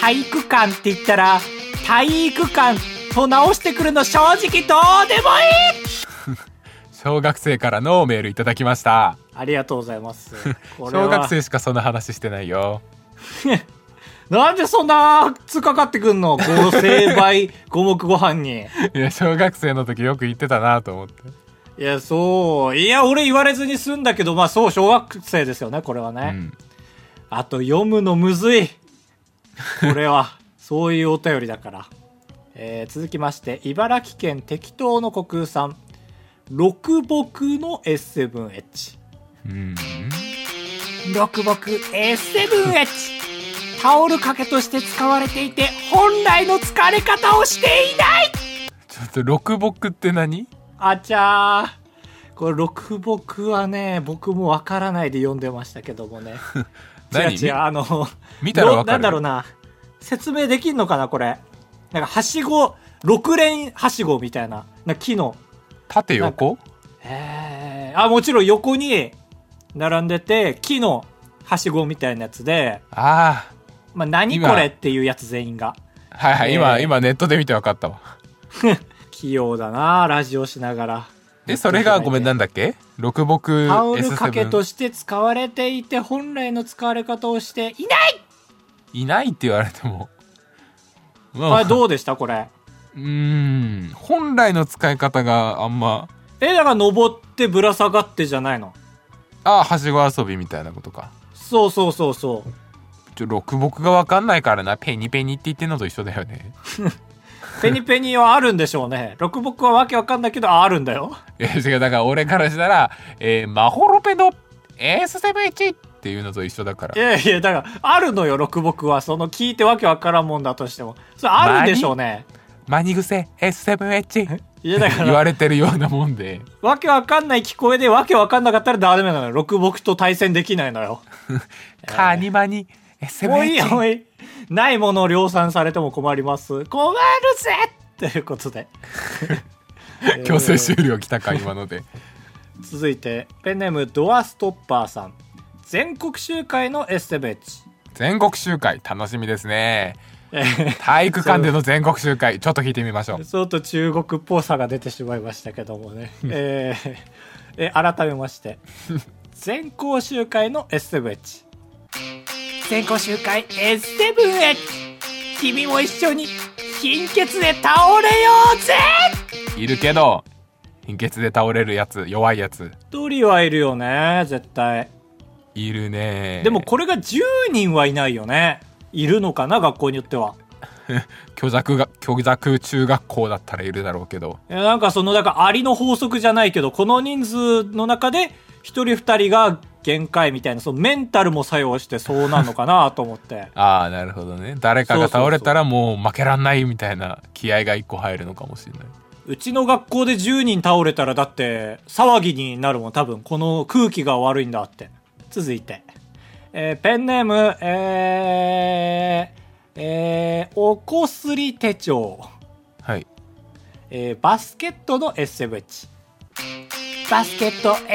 [SPEAKER 2] 体育館って言ったら体育館と直してくるの正直どうでもいい
[SPEAKER 1] 小学生からのメールいただきました
[SPEAKER 2] ありがとうございます これは
[SPEAKER 1] 小学生しかそんな話してないよ
[SPEAKER 2] なんでそんな突っかかってくんの五成倍五目ご飯に
[SPEAKER 1] いや小学生の時よく言ってたなと思って
[SPEAKER 2] いや、そう。いや、俺言われずに済んだけど、まあそう、小学生ですよね、これは
[SPEAKER 1] う
[SPEAKER 2] ね。
[SPEAKER 1] ん
[SPEAKER 2] あと、読むのむずい。これは、 そういうお便りだから。えー続きまして、茨城県適当の国空さん。六木の S7H。
[SPEAKER 1] うん
[SPEAKER 2] 六木 S7H。タオル掛けとして使われていて、本来の使れ方をしていない
[SPEAKER 1] ちょっと六木って何
[SPEAKER 2] あちゃー。これ、六木はね、僕もわからないで読んでましたけどもね。違う
[SPEAKER 1] 何
[SPEAKER 2] 違う、あの、
[SPEAKER 1] 見たらわかる
[SPEAKER 2] どなんだろうな。説明できんのかな、これ。なんか、はしご、六連はしごみたいな、な木の。
[SPEAKER 1] 縦横
[SPEAKER 2] えー、あ、もちろん横に並んでて、木のはしごみたいなやつで、
[SPEAKER 1] ああ
[SPEAKER 2] まあ、何
[SPEAKER 1] 今
[SPEAKER 2] これっていうやつ全員が。
[SPEAKER 1] はいはい、
[SPEAKER 2] ねえ
[SPEAKER 1] 今今ネットで見て分かったわ
[SPEAKER 2] 器用だな、ラジオしながら。
[SPEAKER 1] でそれがごめんなんだっけ六木
[SPEAKER 2] タオル掛けと
[SPEAKER 1] S7
[SPEAKER 2] して使われていて、本来の使われ方をしていない
[SPEAKER 1] いないって言われてもま
[SPEAKER 2] あれ、どうでしたこれ。
[SPEAKER 1] うーん本来の使い方があんま
[SPEAKER 2] え、だから登ってぶら下がってじゃないの
[SPEAKER 1] ああはしご遊びみたいなことか
[SPEAKER 2] そうそうそうそう。
[SPEAKER 1] ちょ六木が分かんないからなペニペニって言ってんのと一緒だよね
[SPEAKER 2] ペニペニはあるんでしょうね。六木はわけわかんないけど、ああるんだよ。
[SPEAKER 1] いや違うだから俺からしたら、えーマホロペの S71 っていうのと一緒だから
[SPEAKER 2] いやいや、だから、あるのよ、六木は。その、聞いてわけわからんもんだとしても。それあるんでしょうね。
[SPEAKER 1] マニグセ S7H
[SPEAKER 2] いや、だか
[SPEAKER 1] 言わ
[SPEAKER 2] ら、
[SPEAKER 1] れてるようなもんで
[SPEAKER 2] わけわかんない聞こえで、わけわかんなかったらダメなのよ。六木と対戦できないのよ。
[SPEAKER 1] カニマニ S7H
[SPEAKER 2] もういいよ、もういい。ないものを量産されても困ります。困るぜということで。
[SPEAKER 1] 強制終了来たか今ので
[SPEAKER 2] 続いて、ペンネームドアストッパーさん。全国集会のエステベッチ。
[SPEAKER 1] 全国集会楽しみですね
[SPEAKER 2] えー
[SPEAKER 1] 体育館での全国集会ちょっと聞いてみましょう
[SPEAKER 2] ちょっと中国っぽさが出てしまいましたけども ね。えーえ改めまして。全校集会の S7H。全校集会 S7H! 君も一緒に貧血で倒れようぜ
[SPEAKER 1] いるけど貧血で倒れるやつ弱いやつ
[SPEAKER 2] 一人はいるよね、絶対。
[SPEAKER 1] いるね
[SPEAKER 2] でもこれが10人はいないよね。いるのかな、学校によっては。
[SPEAKER 1] 虚弱が虚弱中学校だったらいるだろうけど
[SPEAKER 2] いやなんかその、だから、アリの法則じゃないけど、この人数の中で、一人二人が限界みたいな、そのメンタルも作用してそうなのかなと 思って。
[SPEAKER 1] ああなるほどね誰かが倒れたらもう負けらんないみたいな気合が一個入るのかもしれないう
[SPEAKER 2] ちの学校で10人倒れたら、だって、騒ぎになるもん、多分。この空気が悪いんだって。続いて。えーペンネーム、えー、えー、おこすり手帳。
[SPEAKER 1] はい
[SPEAKER 2] えーバスケットの S7H バスケット S7H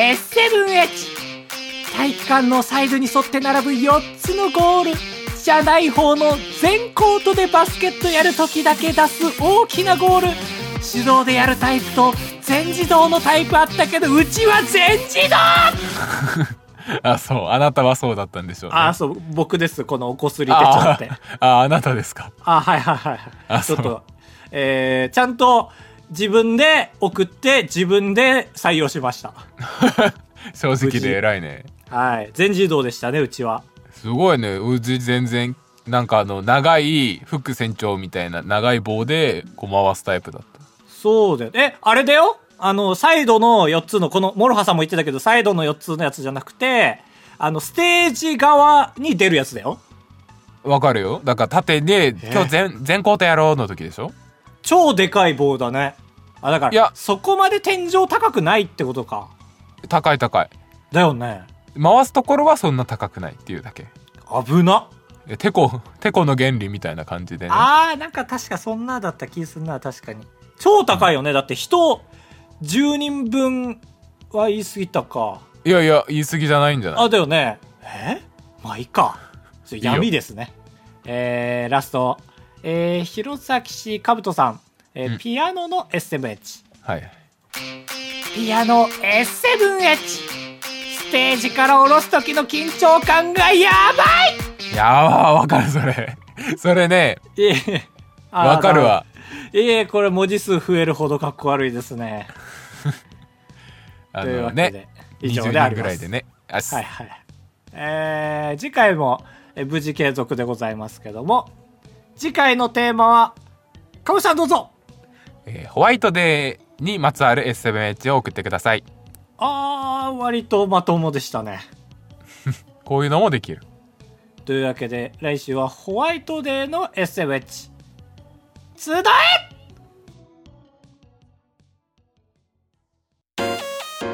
[SPEAKER 2] 体育館のサイドに沿って並ぶ4つのゴールじゃない方の全コートでバスケットやるときだけ出す大きなゴール手動でやるタイプと全自動のタイプあったけどうちは全自動
[SPEAKER 1] あそうあなたはそうだったんでしょうね
[SPEAKER 2] あそう僕ですこのおこすり手帳
[SPEAKER 1] あ
[SPEAKER 2] って
[SPEAKER 1] ーあーあなたですか
[SPEAKER 2] あ、はいはいはいは
[SPEAKER 1] あ
[SPEAKER 2] い。ちょっ
[SPEAKER 1] そ
[SPEAKER 2] と、えー、ちゃんと自分で送って自分で採用しました。
[SPEAKER 1] 正直で偉いね
[SPEAKER 2] はい。全自動でしたね、うちは。
[SPEAKER 1] すごいねうち全然なんかあの長い副船長みたいな長い棒でこう回すタイプだった
[SPEAKER 2] そうだよ。え、あれだよあの、サイドの4つの、この、モロハさんも言ってたけど、サイドの4つのやつじゃなくて、あの、ステージ側に出るやつだよ。
[SPEAKER 1] わかるよだから縦で「今日全全校とやろう」の時でしょ
[SPEAKER 2] 超でかい棒だね。あだか
[SPEAKER 1] いや
[SPEAKER 2] らそこまで天井高くないってことか
[SPEAKER 1] 高い高い
[SPEAKER 2] だよね
[SPEAKER 1] 回すところはそんな高くないっていうだけ
[SPEAKER 2] 危な
[SPEAKER 1] えテコテコの原理みたいな感じでね
[SPEAKER 2] あーなんか確かそんなだった気すんな確かに超高いよね、だって人10人分は言い過ぎたか
[SPEAKER 1] いやいや言い過ぎじゃないんじゃない
[SPEAKER 2] あだよねえまあいいかそれ
[SPEAKER 1] いいよ
[SPEAKER 2] 闇ですねえー、ラストえー、弘前市かぶとさん、えー
[SPEAKER 1] うん
[SPEAKER 2] ピアノの SMH
[SPEAKER 1] はい
[SPEAKER 2] ピアノ S7H ステージから下ろす時の緊張感がやばい
[SPEAKER 1] やばわかるそれ それね
[SPEAKER 2] ええあー
[SPEAKER 1] わかるわ
[SPEAKER 2] ええこれ文字数増えるほどかっこ悪いですね
[SPEAKER 1] あ
[SPEAKER 2] という
[SPEAKER 1] の
[SPEAKER 2] わけで、
[SPEAKER 1] ね
[SPEAKER 2] 以上で
[SPEAKER 1] 20
[SPEAKER 2] あ
[SPEAKER 1] 人
[SPEAKER 2] り
[SPEAKER 1] ぐ
[SPEAKER 2] ま
[SPEAKER 1] らい
[SPEAKER 2] す
[SPEAKER 1] でねあす
[SPEAKER 2] はいはいえー、次回もえー無事継続でございますけども次回のテーマはかぶさんどうぞ
[SPEAKER 1] えーホワイトデーにまつわる S7H を送ってください
[SPEAKER 2] あー割とまともでしたね
[SPEAKER 1] こういうのもできる
[SPEAKER 2] というわけで来週はホワイトデーの SMH つどえ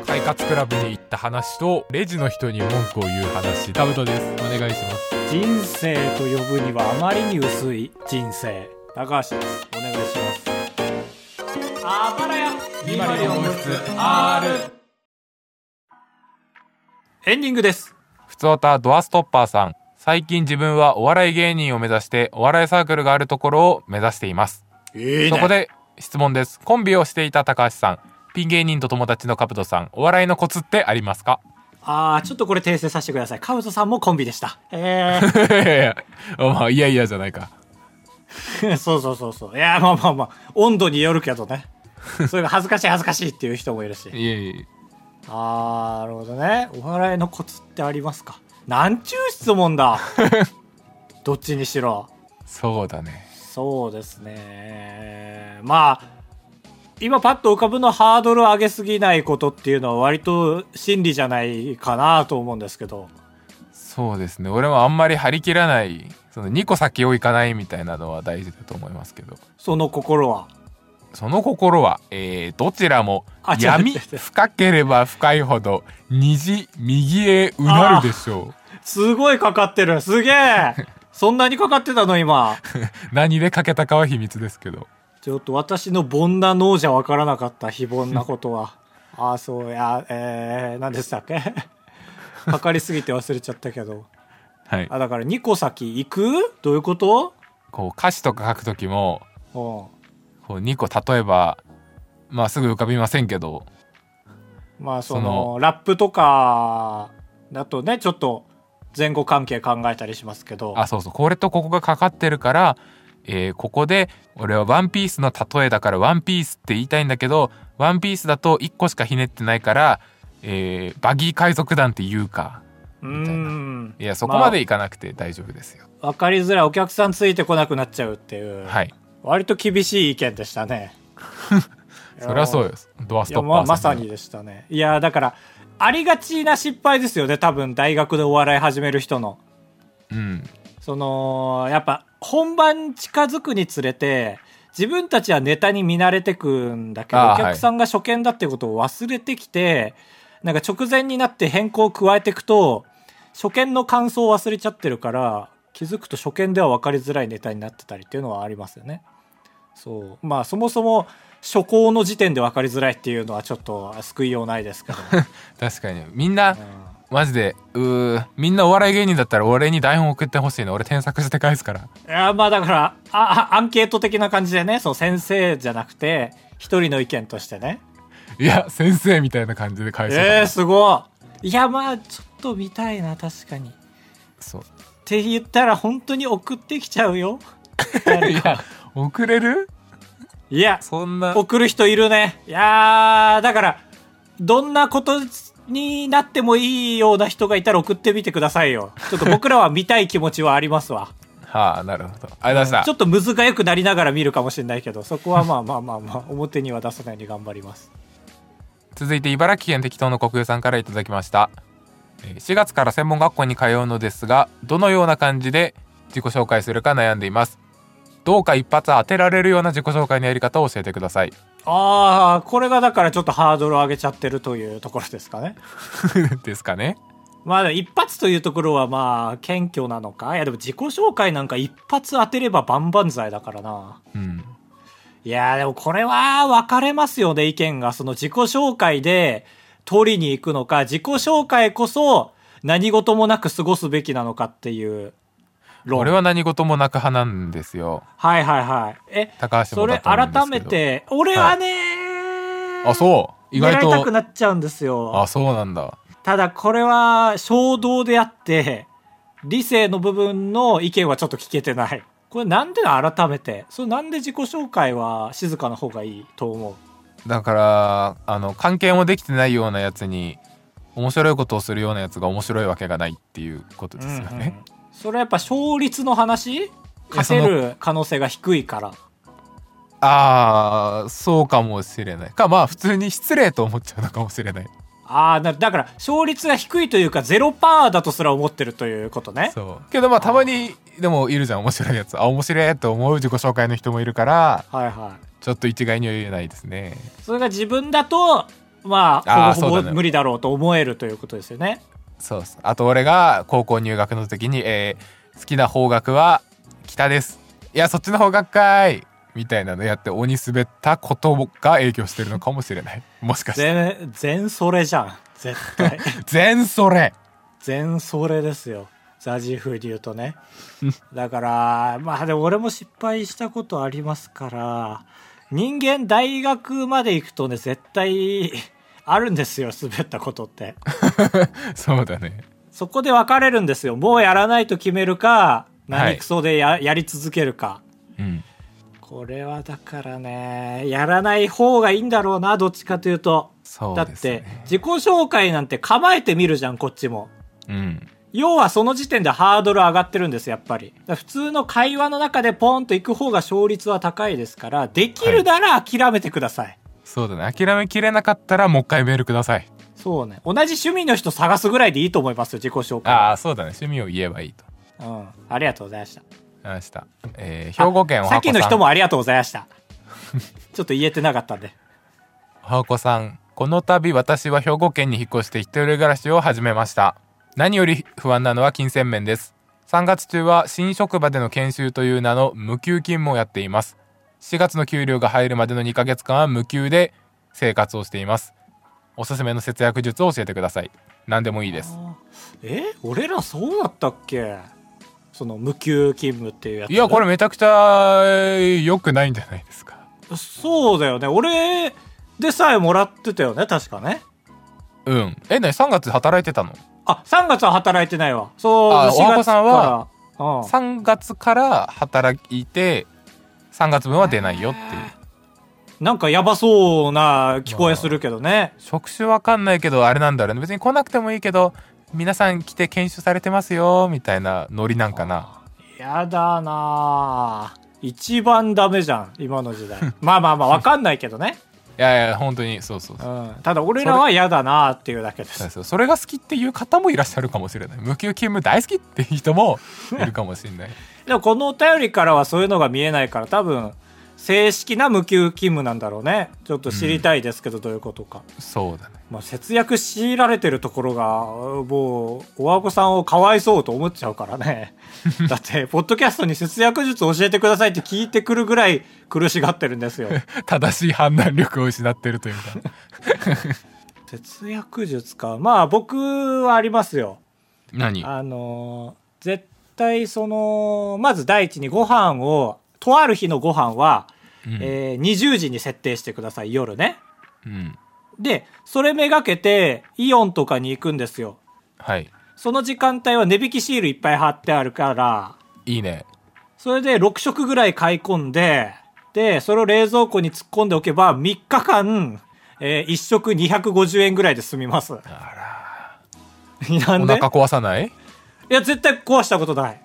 [SPEAKER 1] 快活クラブに行った話とレジの人に文句を言う話タブトですお願いします
[SPEAKER 2] 人生と呼ぶにはあまりに薄い人生高橋ですお願いしますあばらやエンディングです
[SPEAKER 1] ふつおたドアストッパーさん最近自分はお笑い芸人を目指してお笑いサークルがあるところを目指しています
[SPEAKER 2] い
[SPEAKER 1] そこで質問ですコンビをしていた高橋さんピン芸人と友達のカブトさんお笑いのコツってあります か
[SPEAKER 2] ああちょっとこれ訂正させてくださいカブトさんもコンビでしたえ
[SPEAKER 1] いやいやお前いやいやじゃないか
[SPEAKER 2] ー、そうそうそうそういやまあまあまあ温度によるけどねそれが恥ずかしい恥ずかしいっていう人もいるし
[SPEAKER 1] いやいや
[SPEAKER 2] あーなるほどねお笑いのコツってありますかなんちゅう質問だどっちにしろ
[SPEAKER 1] そうだね
[SPEAKER 2] そうですねまあ今パッと浮かぶのハードル上げすぎないことっていうのは割と真理じゃないかなと思うんですけど
[SPEAKER 1] そうですね俺もあんまり張り切らないその2個先を行かないみたいなのは大事だと思いますけど
[SPEAKER 2] その心は
[SPEAKER 1] その心は、えーどちらも
[SPEAKER 2] あ違う
[SPEAKER 1] 闇
[SPEAKER 2] 違う違う
[SPEAKER 1] 深ければ深いほど虹右へうなるでしょ
[SPEAKER 2] すごいかかってるすげ えそんなにかかってたの今
[SPEAKER 1] う何でかけたかは秘密ですけど
[SPEAKER 2] ちょっと私の凡な脳じゃわからなかった非凡なこと はああそうやえー、何でしたっけ かかりすぎて忘れちゃったけど
[SPEAKER 1] はい
[SPEAKER 2] あだから2個先行くどういうこと
[SPEAKER 1] こう歌詞とか書く時も
[SPEAKER 2] う
[SPEAKER 1] こう2個例えばまあすぐ浮かびませんけど
[SPEAKER 2] んまあその
[SPEAKER 1] その
[SPEAKER 2] ラップとかだとねちょっと前後関係考えたりしますけど
[SPEAKER 1] あそうそうこれとここがかかってるから、えーここで俺は「ワンピースの例えだから「ワンピースって言いたいんだけど「ワンピースだと1個しかひねってないから、えーバギー海賊団って言うか
[SPEAKER 2] う
[SPEAKER 1] みたいなんいやそこまでいかなくて大丈夫ですよ、
[SPEAKER 2] 分かりづらいお客さんついてこなくなっちゃうっていう、
[SPEAKER 1] はい
[SPEAKER 2] 割と厳しい意見でしたね
[SPEAKER 1] それはそう
[SPEAKER 2] よ
[SPEAKER 1] よドアス
[SPEAKER 2] いや
[SPEAKER 1] トッ
[SPEAKER 2] ま
[SPEAKER 1] パ
[SPEAKER 2] あ
[SPEAKER 1] ー
[SPEAKER 2] ま
[SPEAKER 1] さ
[SPEAKER 2] さ
[SPEAKER 1] んの
[SPEAKER 2] にでしたねいやだからありがちな失敗ですよね多分大学でお笑い始める人の
[SPEAKER 1] うん
[SPEAKER 2] そのやっぱ本番近づくにつれて自分たちはネタに見慣れてくんだけど
[SPEAKER 1] あー
[SPEAKER 2] お客さんが初見だってことを忘れてきて、なんか直前になって変更を加えていくと初見の感想を忘れちゃってるから気づくと初見では分かりづらいネタになってたりっていうのはありますよね。そうまあそもそも初行の時点で分かりづらいっていうのはちょっと救いようないですけど、
[SPEAKER 1] 確かにみんな
[SPEAKER 2] うん
[SPEAKER 1] マジでうーみんなお笑い芸人だったら俺に台本送ってほしいの俺添削して返すから
[SPEAKER 2] いやまあだからああアンケート的な感じでねそう先生じゃなくて一人の意見としてね
[SPEAKER 1] いや先生みたいな感じで返す、
[SPEAKER 2] えー、すごいいやまあちょっと見たいな確かにっ
[SPEAKER 1] そう
[SPEAKER 2] て言ったら本当に送ってきちゃ うよ
[SPEAKER 1] い
[SPEAKER 2] 誰か
[SPEAKER 1] や送れる
[SPEAKER 2] いや
[SPEAKER 1] そんな
[SPEAKER 2] 送る人いるねいやーだからどんなことになってもいいような人がいたら送ってみてくださいよちょっと僕らは見たい気持ちはありますわ
[SPEAKER 1] はあなるほど ありがとうございました
[SPEAKER 2] ちょっとむずがよくなりながら見るかもしれないけどそこはまあまあまあまあ表には出さないように頑張ります
[SPEAKER 1] 続いて茨城県適当の国有さんからいただきましたえー4月から専門学校に通うのですがどのような感じで自己紹介するか悩んでいますどうか一発当てられるような自己紹介のやり方を教えてください
[SPEAKER 2] ああ、これがだからちょっとハードルを上げちゃってるというところですかね。
[SPEAKER 1] ですかね
[SPEAKER 2] まあ、一発というところはまあ、謙虚なのか。いや、でも自己紹介なんか一発当てれば万々歳だからな。
[SPEAKER 1] うん
[SPEAKER 2] いやー、でもこれは分かれますよね、意見が。その自己紹介で取りに行くのか、自己紹介こそ何事もなく過ごすべきなのかっていう論。
[SPEAKER 1] 俺は何事もなく派なんですよ
[SPEAKER 2] はいはいはい。え、
[SPEAKER 1] 高橋
[SPEAKER 2] そ
[SPEAKER 1] もだ
[SPEAKER 2] れ
[SPEAKER 1] と思うんですけど
[SPEAKER 2] 改めて、俺はね
[SPEAKER 1] あそう意外
[SPEAKER 2] 狙いたく
[SPEAKER 1] と
[SPEAKER 2] なっちゃうんですよ
[SPEAKER 1] あ。そうなんだ
[SPEAKER 2] ただこれは衝動であって、理性の部分の意見はちょっと聞けてない。これなんでな改めて。それなんで自己紹介は静かな方がいいと思う
[SPEAKER 1] だからあの関係もできてないようなやつに面白いことをするようなやつが面白いわけがないっていうことですよね、
[SPEAKER 2] うんうんそれはやっぱ勝率の話勝てる可能性が低いから
[SPEAKER 1] ああそうかもしれないかまあ普通に失礼と思っちゃうのかもしれない
[SPEAKER 2] ああだだから勝率が低いというか0%だとすら思ってるということね
[SPEAKER 1] そうけどまあたまにでもいるじゃん面白いやつあ面白いと思う自己紹介の人もいるから
[SPEAKER 2] はいはい
[SPEAKER 1] ちょっと一概には言えないですね
[SPEAKER 2] それが自分だとまあ
[SPEAKER 1] あー
[SPEAKER 2] ほぼ
[SPEAKER 1] そ
[SPEAKER 2] ほ
[SPEAKER 1] うだ
[SPEAKER 2] ぼ
[SPEAKER 1] ね
[SPEAKER 2] 無理だろうと思えるということですよね
[SPEAKER 1] そうっすあと俺が高校入学の時に、えー好きな方角は北ですいやそっちの方角かいみたいなのやって鬼滑ったことが影響してるのかもしれないもしかして
[SPEAKER 2] 全全それじゃん絶対
[SPEAKER 1] 全それ
[SPEAKER 2] 全それですよザジー風に言うとねだからまあでも俺も失敗したことありますから人間大学まで行くとね絶対あるんですよ滑ったことって
[SPEAKER 1] そうだね
[SPEAKER 2] そこで分かれるんですよもうやらないと決めるか
[SPEAKER 1] は
[SPEAKER 2] 何
[SPEAKER 1] い
[SPEAKER 2] クソでや,、やり続けるか
[SPEAKER 1] うん
[SPEAKER 2] これはだからねやらない方がいいんだろうなどっちかというと
[SPEAKER 1] そ
[SPEAKER 2] だ
[SPEAKER 1] う
[SPEAKER 2] っ
[SPEAKER 1] です
[SPEAKER 2] て
[SPEAKER 1] ね
[SPEAKER 2] 自己紹介なんて構えてみるじゃんこっちも
[SPEAKER 1] うん
[SPEAKER 2] 要はその時点でハードル上がってるんです、やっぱり。だから普通の会話の中でポンと行く方が勝率は高いですから、できるなら諦めてください。
[SPEAKER 1] そうだね諦めきれなかったらもう一回メールください
[SPEAKER 2] そうね。同じ趣味の人探すぐらいでいいと思いますよ、自己紹介。
[SPEAKER 1] ああそうだね趣味を言えばいいと
[SPEAKER 2] うん。ありがとうございました。
[SPEAKER 1] 明日、えー、兵庫県お
[SPEAKER 2] あ
[SPEAKER 1] はこさ
[SPEAKER 2] さっ
[SPEAKER 1] ん
[SPEAKER 2] きの人もありがとうござい ました。ちょっと言えてなかったんで。
[SPEAKER 1] おはこさんこの度私は兵庫県に引っ越して一人暮らしを始めました何より不安なのは金銭面です3月中は新職場での研修という名の無給勤務をやっています4月の給料が入るまでの2ヶ月間は無給で生活をしていますおすすめの節約術を教えてください何でもいいです
[SPEAKER 2] え俺らそうだったっけその無給勤務っていうやつ。
[SPEAKER 1] いやこれめちゃくちゃえー良くないんじゃないですか
[SPEAKER 2] そうだよね。俺でさえもらってたよね、確かね。
[SPEAKER 1] うんえね3月働いてたの
[SPEAKER 2] あ、3月は働いてないわ。そう、
[SPEAKER 1] あ
[SPEAKER 2] 4
[SPEAKER 1] お
[SPEAKER 2] 月
[SPEAKER 1] 孫
[SPEAKER 2] か
[SPEAKER 1] さ
[SPEAKER 2] ら。
[SPEAKER 1] んは
[SPEAKER 2] うん、
[SPEAKER 1] 3月から働いて3月分は出ないよっていう
[SPEAKER 2] なんかやばそうな聞こえするけどね。
[SPEAKER 1] 職種わかんないけどあれなんだろうね別に来なくてもいいけど皆さん来て研修されてますよみたいなノリなんかな
[SPEAKER 2] やだなぁ一番ダメじゃん、今の時 代。まあまあまあ、わかんないけどね。
[SPEAKER 1] いやいや本当にそうそう
[SPEAKER 2] う。
[SPEAKER 1] そうん
[SPEAKER 2] ただ俺らはやだなぁっていうだけで
[SPEAKER 1] そう
[SPEAKER 2] す。
[SPEAKER 1] そうそれが好きっていう方もいらっしゃるかもしれない無給勤務大好きっていう人 もいるかもしれない
[SPEAKER 2] でもこのお便りからはそういうのが見えないから、多分、正式な無給勤務なんだろうね。ちょっと知りたいですけど、どういうことか。
[SPEAKER 1] そうだね
[SPEAKER 2] まあ、節約強いられてるところがもうおわこさんをかわいそうと思っちゃうか らねだってポッドキャストに節約術教えてくださいって聞いてくるぐらい苦しがってるん ですよ
[SPEAKER 1] 正しい判断力を失ってるというか
[SPEAKER 2] 節約術かまあ僕はありますよ
[SPEAKER 1] 何
[SPEAKER 2] あのー絶対そのまず第一にご飯をとある日のご飯は、
[SPEAKER 1] うん
[SPEAKER 2] えー20時に設定してください夜ね
[SPEAKER 1] うん
[SPEAKER 2] でそれめがけてイオンとかに行くんですよ
[SPEAKER 1] はい
[SPEAKER 2] その時間帯は値引きシールいっぱい貼ってあるから、
[SPEAKER 1] いいね
[SPEAKER 2] それで6食ぐらい買い込んで、で、それを冷蔵庫に突っ込んでおけば、3日間、え1食250円ぐらいで済みます。な
[SPEAKER 1] お
[SPEAKER 2] んで
[SPEAKER 1] 腹壊さない
[SPEAKER 2] いや、絶対壊したことない。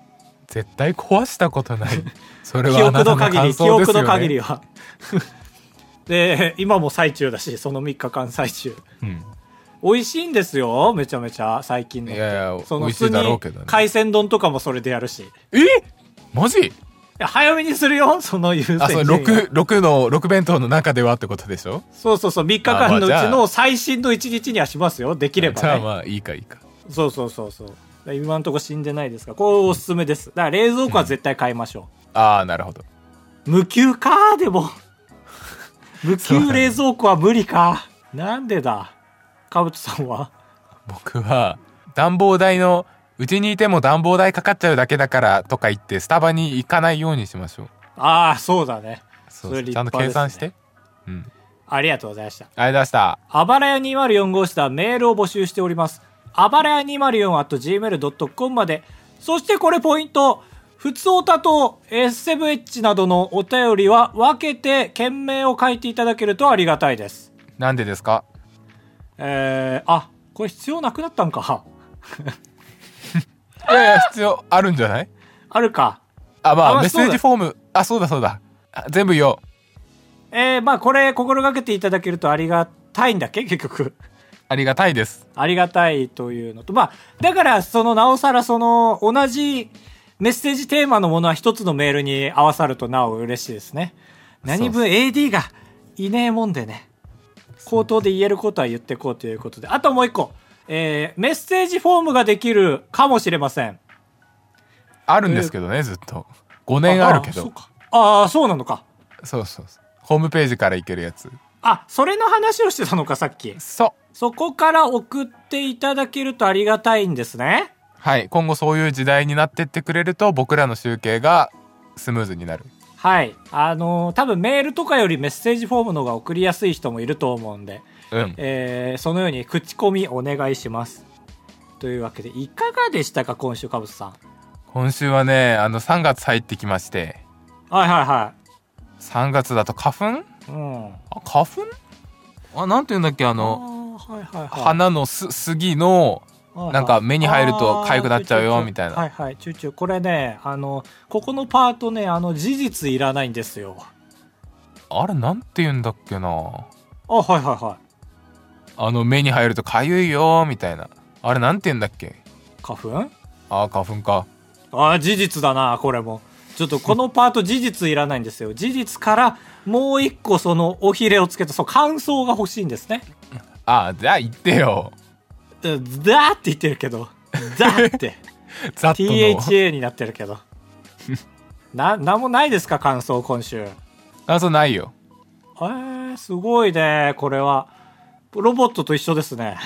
[SPEAKER 1] 絶対壊したこと ないそれ
[SPEAKER 2] 記
[SPEAKER 1] はあ
[SPEAKER 2] 憶
[SPEAKER 1] なた
[SPEAKER 2] の
[SPEAKER 1] の
[SPEAKER 2] 限り、
[SPEAKER 1] 感
[SPEAKER 2] 記
[SPEAKER 1] 想で
[SPEAKER 2] 憶
[SPEAKER 1] すよ
[SPEAKER 2] の
[SPEAKER 1] ね
[SPEAKER 2] 限りは。 で、今も最中だし、その3日間最中。美味しいんですよ、めちゃめちゃ、最近のって。
[SPEAKER 1] いやいや
[SPEAKER 2] そ
[SPEAKER 1] 美
[SPEAKER 2] の
[SPEAKER 1] 味しいだろうけどね
[SPEAKER 2] 普通に海鮮丼とかもそれでやるし。
[SPEAKER 1] うん、えマジ
[SPEAKER 2] や早めにするよ その優先
[SPEAKER 1] あ、そう、
[SPEAKER 2] 順位は
[SPEAKER 1] 6、六の、6弁当の中ではってことでしょ
[SPEAKER 2] そうそうそう3日
[SPEAKER 1] あまあ
[SPEAKER 2] 間のう
[SPEAKER 1] じ
[SPEAKER 2] ち
[SPEAKER 1] ゃあ
[SPEAKER 2] の最新の1日にはしますよできれば
[SPEAKER 1] じゃあ
[SPEAKER 2] ね
[SPEAKER 1] まあ、いいかいいか。
[SPEAKER 2] そうそうそうそうだから今んとこ死んでないですがこれおすすめですだから冷蔵庫は絶対買いましょ
[SPEAKER 1] ああ、なるほど。
[SPEAKER 2] う、無給か でも無給冷蔵庫は無理かなんでだかぶとさんは
[SPEAKER 1] 僕は、暖房代の、うちにいても暖房代かかっちゃうだけだからとか言って、スタバに行かないようにしましょう。
[SPEAKER 2] ああそうだね
[SPEAKER 1] そ
[SPEAKER 2] それ
[SPEAKER 1] う
[SPEAKER 2] 立
[SPEAKER 1] ちゃんと
[SPEAKER 2] 派で
[SPEAKER 1] 計
[SPEAKER 2] すね
[SPEAKER 1] 算して。うん。
[SPEAKER 2] ありがとうございました
[SPEAKER 1] ありがとうございました。
[SPEAKER 2] あばらや204号室ではメールを募集しております。あばらや 204.gmail.com まで。そしてこれポイント。普通オタと S7H などのお便りは分けて件名を書いていただけるとありがたいです。
[SPEAKER 1] なんでですか
[SPEAKER 2] えー、あ、これ必要なくなったんか。
[SPEAKER 1] いやいや、必要あるんじゃない
[SPEAKER 2] あるか。
[SPEAKER 1] あ、ま
[SPEAKER 2] あ
[SPEAKER 1] あ、
[SPEAKER 2] まあ
[SPEAKER 1] メッセージフォーム。あ、そうだそうだ。あ全部言おう。
[SPEAKER 2] えー、まあこれ心がけていただけるとありがたいんだっけ結局。
[SPEAKER 1] ありがたいです。
[SPEAKER 2] ありがたいというのと、まあ、だから、その、なおさら、その、同じメッセージテーマのものは一つのメールに合わさるとなお嬉しいですね。何分 AD がいねえもんでね、口頭で言えることは言ってこうということで、あともう一個、えー、メッセージフォームができるかもしれません。
[SPEAKER 1] あるんですけどね、ずっと。5年あるけど。
[SPEAKER 2] そうかああ、そうなのか。
[SPEAKER 1] そうそうそう。ホームページから行けるやつ。
[SPEAKER 2] あ、それの話をしてたのか、さっき。
[SPEAKER 1] そう。
[SPEAKER 2] そこから送っていただけるとありがたいんですね。
[SPEAKER 1] はい。今後そういう時代になってってくれると、僕らの集計がスムーズになる。
[SPEAKER 2] はい。あのー多分メールとかよりメッセージフォームの方が送りやすい人もいると思うんで、
[SPEAKER 1] うん。
[SPEAKER 2] えーそのように口コミお願いします。というわけで、いかがでしたか、今週、かぶとさん。
[SPEAKER 1] 今週はね、あの、3月入ってきまして、
[SPEAKER 2] はいはいは
[SPEAKER 1] 3月だと花粉
[SPEAKER 2] い。うん。
[SPEAKER 1] あ、花粉あ、なんて言うんだっけ、あの、
[SPEAKER 2] あーはいはいはい
[SPEAKER 1] 花のす杉の、
[SPEAKER 2] はいはい
[SPEAKER 1] なんか目に入ると痒くなっちゃうよ
[SPEAKER 2] あー
[SPEAKER 1] みたいな
[SPEAKER 2] はいはい、ちゅうちゅう、これね、あの、ここのパートね、あの、事実いらないんですよ。
[SPEAKER 1] あれなんて言うんだっけな
[SPEAKER 2] あ、はいはいはい。
[SPEAKER 1] あの目に入るとかゆいよみたいなあれなんて言うんだっけ
[SPEAKER 2] 花粉
[SPEAKER 1] あー花粉か
[SPEAKER 2] ああ、事実だな、これも。ちょっとこのパート事実いらないんですよ。事実からもう一個そのおひれをつけた、そう、感想が欲しいんですね。
[SPEAKER 1] あーじゃあ言ってよ
[SPEAKER 2] うんだーって言ってるけど。だー って。
[SPEAKER 1] ざっとの
[SPEAKER 2] THA になってる けど。な、なんもないですか、感想今週。え
[SPEAKER 1] あそうないよ
[SPEAKER 2] ー、すごいね、これは。ロボットと一緒ですね。